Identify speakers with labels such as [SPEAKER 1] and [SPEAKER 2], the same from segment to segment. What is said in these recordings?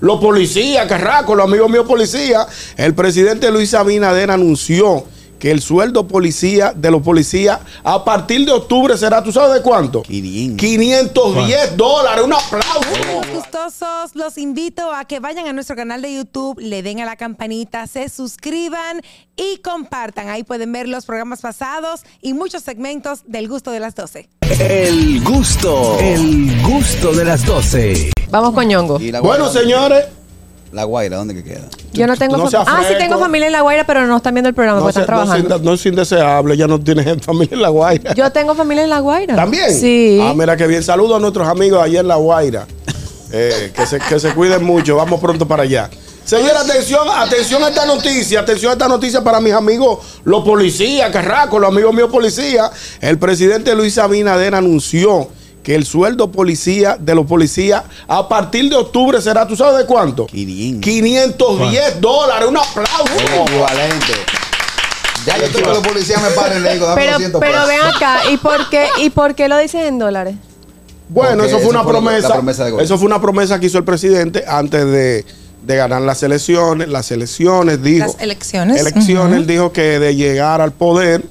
[SPEAKER 1] Los policías, Carraco, los amigos míos policías, el presidente Luis Abinader anunció que el sueldo policía de los policías a partir de octubre será, ¿tú sabes de cuánto?
[SPEAKER 2] 500.
[SPEAKER 1] 510 dólares, un aplauso.
[SPEAKER 3] Amigos gustosos, los invito a que vayan a nuestro canal de YouTube, le den a la campanita, se suscriban y compartan. Ahí pueden ver los programas pasados y muchos segmentos del gusto de las 12.
[SPEAKER 4] El gusto, el gusto de las 12.
[SPEAKER 5] Vamos con Ñongo.
[SPEAKER 2] ¿Y la guaira?
[SPEAKER 1] Bueno, señores,
[SPEAKER 2] La guaira, ¿dónde que queda?
[SPEAKER 5] Yo no tengo
[SPEAKER 1] no
[SPEAKER 5] fam-
[SPEAKER 1] sea
[SPEAKER 5] Ah, sí
[SPEAKER 1] fresco.
[SPEAKER 5] tengo familia en La Guaira, pero no están viendo el programa
[SPEAKER 1] no,
[SPEAKER 5] porque
[SPEAKER 1] se-
[SPEAKER 5] están
[SPEAKER 1] no es
[SPEAKER 5] trabajando.
[SPEAKER 1] inde- no es indeseable, ya no tienes familia en La Guaira.
[SPEAKER 5] Yo tengo familia en La Guaira.
[SPEAKER 1] ¿También?
[SPEAKER 5] Sí.
[SPEAKER 1] Ah, mira que bien. Saludo a nuestros amigos allá en La Guaira. Eh, que, se, que se cuiden mucho. Vamos pronto para allá. Señora, atención, atención a esta noticia, atención a esta noticia para mis amigos, los policías, Carraco, los amigos míos policías. El presidente Luis Abinader anunció que el sueldo policía de los policías a partir de octubre será, ¿tú sabes de cuánto?
[SPEAKER 2] 500.
[SPEAKER 1] 510 dólares, un aplauso.
[SPEAKER 2] Equivalente. Ya yo estoy con los policías, me paren y le digo, dame
[SPEAKER 5] pero,
[SPEAKER 2] 200
[SPEAKER 5] pero
[SPEAKER 1] pues.
[SPEAKER 2] pesos.
[SPEAKER 5] ven acá, ¿y por qué, y por qué lo dices en dólares?
[SPEAKER 1] Bueno,
[SPEAKER 2] Porque
[SPEAKER 1] eso fue
[SPEAKER 2] esa
[SPEAKER 1] una
[SPEAKER 2] fue la- la
[SPEAKER 1] promesa.
[SPEAKER 2] promesa de gobierno.
[SPEAKER 1] eso fue una promesa que hizo el presidente antes de, de ganar las elecciones. Las elecciones dijo.
[SPEAKER 3] Las elecciones,
[SPEAKER 1] Elecciones,
[SPEAKER 3] ujú.
[SPEAKER 1] él dijo que de llegar al poder,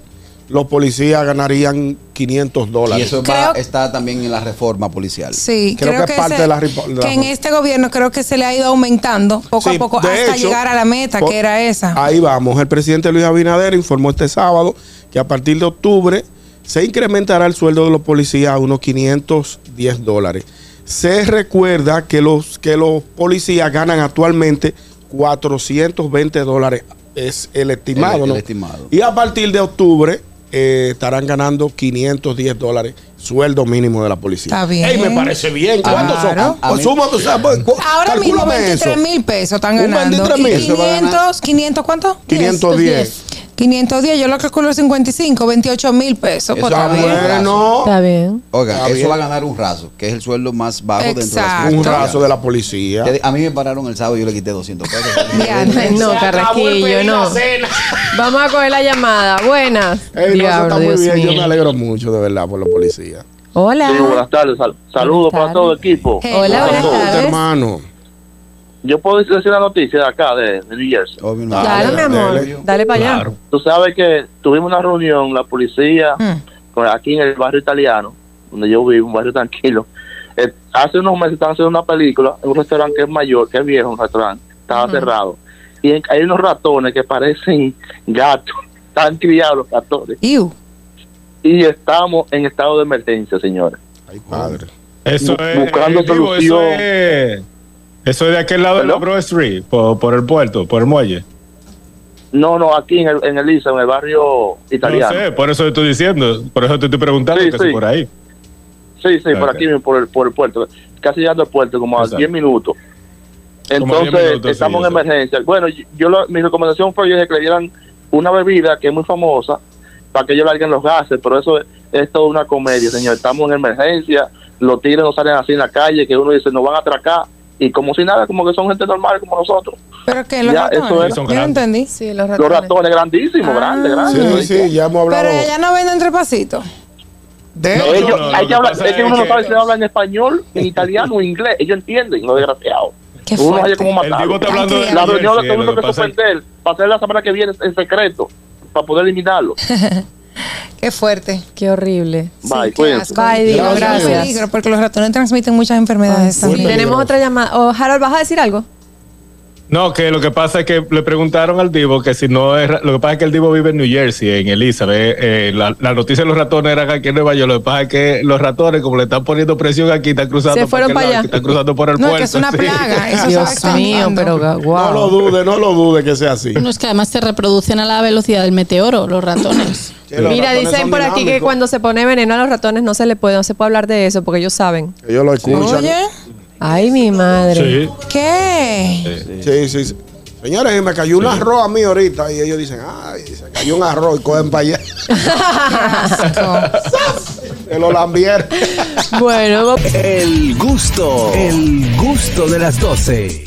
[SPEAKER 1] los policías ganarían 500
[SPEAKER 2] Y
[SPEAKER 1] dólares.
[SPEAKER 2] eso va,
[SPEAKER 3] Creo-
[SPEAKER 2] está también en la reforma policial.
[SPEAKER 3] Sí,
[SPEAKER 1] Creo que es parte de la ripo- de la-
[SPEAKER 3] que en este gobierno creo que se le ha ido aumentando poco
[SPEAKER 1] Sí,
[SPEAKER 3] a poco
[SPEAKER 1] de
[SPEAKER 3] hasta
[SPEAKER 1] hecho,
[SPEAKER 3] llegar a la meta
[SPEAKER 1] po-
[SPEAKER 3] que era esa.
[SPEAKER 1] Ahí vamos. El presidente Luis Abinader informó este sábado que a partir de octubre se incrementará el sueldo de los policías a unos 510 dólares. Se recuerda que los, que los policías ganan actualmente 420 dólares. Es el estimado,
[SPEAKER 2] El- el
[SPEAKER 1] ¿no?
[SPEAKER 2] estimado.
[SPEAKER 1] Y a partir de octubre eh, estarán ganando 510 dólares sueldo mínimo de la policía.
[SPEAKER 3] Está bien.
[SPEAKER 1] Ey, me parece bien. ¿Cuántos
[SPEAKER 3] Claro.
[SPEAKER 1] son? Pues suma, tú sabes, cu-
[SPEAKER 3] Ahora mismo
[SPEAKER 1] calcúlame
[SPEAKER 3] 23
[SPEAKER 1] eso.
[SPEAKER 3] mil pesos están
[SPEAKER 1] Un
[SPEAKER 3] ganando.
[SPEAKER 1] 23.000.
[SPEAKER 3] Y 500, 500, ¿cuánto?
[SPEAKER 1] 510.
[SPEAKER 3] 510, yo lo calculo 55, 28 mil
[SPEAKER 2] Eso
[SPEAKER 3] pesos. pues,
[SPEAKER 1] Está
[SPEAKER 3] está
[SPEAKER 2] Otra vez.
[SPEAKER 3] bien.
[SPEAKER 1] bueno.
[SPEAKER 5] Está bien.
[SPEAKER 2] Oiga,
[SPEAKER 1] Está
[SPEAKER 2] eso
[SPEAKER 1] bien.
[SPEAKER 2] va a ganar un raso, que es el sueldo más bajo dentro de las
[SPEAKER 3] Exacto.
[SPEAKER 1] Un
[SPEAKER 2] fuerzas
[SPEAKER 1] raso de la
[SPEAKER 2] policiales.
[SPEAKER 1] policía.
[SPEAKER 2] Te di- A mí me pararon el sábado y yo le quité 200 pesos.
[SPEAKER 3] Ya, no.
[SPEAKER 5] No, Carrasquillo, no. Vamos a coger la llamada. Buenas.
[SPEAKER 1] Ey, no, eso
[SPEAKER 5] Diablo,
[SPEAKER 1] está muy
[SPEAKER 5] Dios
[SPEAKER 1] bien. Yo
[SPEAKER 5] mío.
[SPEAKER 1] me alegro mucho, de verdad, por los policías.
[SPEAKER 5] Hola.
[SPEAKER 6] Sí, buenas tardes. Sal- saludos
[SPEAKER 5] Buenas
[SPEAKER 6] para todo el
[SPEAKER 5] tardes.
[SPEAKER 6] equipo.
[SPEAKER 3] Hey,
[SPEAKER 5] Hola,
[SPEAKER 1] Saludos,
[SPEAKER 5] buenas tardes.
[SPEAKER 1] hermano.
[SPEAKER 6] Yo puedo decir la noticia de acá, de, de New Jersey.
[SPEAKER 2] Oh, mi hermano.
[SPEAKER 5] Dale, mi
[SPEAKER 1] dale.
[SPEAKER 5] amor. Dale para allá.
[SPEAKER 6] Tú sabes que tuvimos una reunión, la policía,
[SPEAKER 5] Mm.
[SPEAKER 6] con- aquí en el barrio italiano, donde yo vivo, un barrio tranquilo. Eh, hace unos meses estaban haciendo una película en un restaurante que es mayor, que es viejo, un restaurante.
[SPEAKER 5] Mm.
[SPEAKER 6] Estaba cerrado. Y en- hay unos ratones que parecen gatos. Están criados los ratones.
[SPEAKER 3] Iu.
[SPEAKER 6] Y estamos en estado de emergencia, señores.
[SPEAKER 1] Ay, padre.
[SPEAKER 7] Eso
[SPEAKER 6] Bu-
[SPEAKER 7] es,
[SPEAKER 6] buscando
[SPEAKER 7] eh, digo, eso
[SPEAKER 6] solución.
[SPEAKER 7] es. Eso es de aquel lado de la
[SPEAKER 6] ¿Perdón?
[SPEAKER 7] Broad Street, por, por el puerto, por el muelle.
[SPEAKER 6] No, no, aquí en el, en el Liceo, en el barrio italiano.
[SPEAKER 7] No sé, por eso te estoy diciendo, por eso te estoy preguntando
[SPEAKER 6] Sí,
[SPEAKER 7] que si
[SPEAKER 6] sí.
[SPEAKER 7] por ahí.
[SPEAKER 6] Sí, sí, por
[SPEAKER 7] Ok.
[SPEAKER 6] aquí mismo, por el, por el puerto. Casi llegando al puerto, como a
[SPEAKER 7] Exacto.
[SPEAKER 6] 10 minutos.
[SPEAKER 7] Como a 10
[SPEAKER 6] Entonces,
[SPEAKER 7] minutos,
[SPEAKER 6] estamos
[SPEAKER 7] sí,
[SPEAKER 6] en
[SPEAKER 7] exacto.
[SPEAKER 6] emergencia. Bueno, yo, yo lo- mi recomendación fue yo dije que le dieran una bebida que es muy famosa para que ellos larguen los gases, pero eso es, es toda una comedia, señor. Estamos en emergencia, los tigres no salen así en la calle, que uno dice, nos van a atracar, y como si nada, como que son gente normal como nosotros.
[SPEAKER 3] Pero que los
[SPEAKER 6] Ya, eso
[SPEAKER 3] ratones.
[SPEAKER 7] es-
[SPEAKER 3] Yo no entendí.
[SPEAKER 5] Sí, los
[SPEAKER 6] Los
[SPEAKER 5] ratones.
[SPEAKER 6] ratones grandísimos,
[SPEAKER 3] Ah.
[SPEAKER 6] grandes,
[SPEAKER 1] Sí,
[SPEAKER 6] grandes.
[SPEAKER 1] sí, ya hemos hablado.
[SPEAKER 3] Pero ella no vende entre pasitos.
[SPEAKER 1] de
[SPEAKER 6] No,
[SPEAKER 7] No,
[SPEAKER 6] ellos,
[SPEAKER 7] no, lo
[SPEAKER 6] hay
[SPEAKER 7] que
[SPEAKER 6] que hablar-
[SPEAKER 7] pasa
[SPEAKER 6] es que
[SPEAKER 7] es
[SPEAKER 6] uno no
[SPEAKER 7] que-
[SPEAKER 6] sabe si hablan español, en italiano o inglés. Ellos entienden, los desgraciados.
[SPEAKER 3] Qué
[SPEAKER 6] uno
[SPEAKER 3] fuerte.
[SPEAKER 6] sabe cómo
[SPEAKER 7] El
[SPEAKER 6] matar.
[SPEAKER 7] tipo está hablando de
[SPEAKER 6] La
[SPEAKER 7] New
[SPEAKER 6] reunión la
[SPEAKER 7] Jersey,
[SPEAKER 6] tuvimos
[SPEAKER 7] lo
[SPEAKER 6] que
[SPEAKER 7] que pasa es que-
[SPEAKER 6] suspender para hacer la semana que viene en secreto, para poder eliminarlo.
[SPEAKER 3] Qué fuerte.
[SPEAKER 5] Qué horrible.
[SPEAKER 6] Bye,
[SPEAKER 3] qué
[SPEAKER 6] cuídense.
[SPEAKER 3] asco.
[SPEAKER 5] Bye, Diego,
[SPEAKER 3] Es un
[SPEAKER 5] gracias.
[SPEAKER 3] peligro, porque los ratones transmiten muchas enfermedades.
[SPEAKER 5] Sí,
[SPEAKER 3] también.
[SPEAKER 5] tenemos otra llamada. Oh, Harold, ¿vas a decir algo?
[SPEAKER 7] No, que lo que pasa es que le preguntaron al Divo que si no es. ra- Lo que pasa es que el Divo vive en New Jersey, en Elizabeth. eh, la, la noticia de los ratones era aquí en Nueva York. Lo que pasa es que los ratones, como le están poniendo presión aquí, están cruzando,
[SPEAKER 5] Se
[SPEAKER 7] por
[SPEAKER 5] fueron
[SPEAKER 7] aquel
[SPEAKER 5] para
[SPEAKER 7] lado,
[SPEAKER 5] allá.
[SPEAKER 7] Están cruzando por el
[SPEAKER 3] No, es
[SPEAKER 7] puerto.
[SPEAKER 3] que es una
[SPEAKER 7] sí.
[SPEAKER 3] plaga. Eso
[SPEAKER 5] Dios
[SPEAKER 3] sabe
[SPEAKER 5] mío,
[SPEAKER 3] expandiendo.
[SPEAKER 1] No
[SPEAKER 5] pero wow.
[SPEAKER 1] lo dude, no lo dude que sea así.
[SPEAKER 8] No, es que además se reproducen a la velocidad del meteoro, los ratones.
[SPEAKER 1] Sí, los
[SPEAKER 5] Mira,
[SPEAKER 1] ratones
[SPEAKER 5] dicen
[SPEAKER 1] son
[SPEAKER 5] por aquí que
[SPEAKER 1] dinámicos.
[SPEAKER 5] cuando se pone veneno a los ratones no se le puede, no se puede hablar de eso porque ellos saben.
[SPEAKER 1] Ellos lo escuchan.
[SPEAKER 3] Oye,
[SPEAKER 5] Ay, mi madre.
[SPEAKER 7] Sí.
[SPEAKER 3] ¿qué?
[SPEAKER 1] Sí, sí, sí. Señores, y me cayó un arroz a mí ahorita y ellos dicen, ay, se cayó un arroz y cogen para allá. Se lo lambieron.
[SPEAKER 5] Bueno,
[SPEAKER 4] El gusto, el gusto de las 12.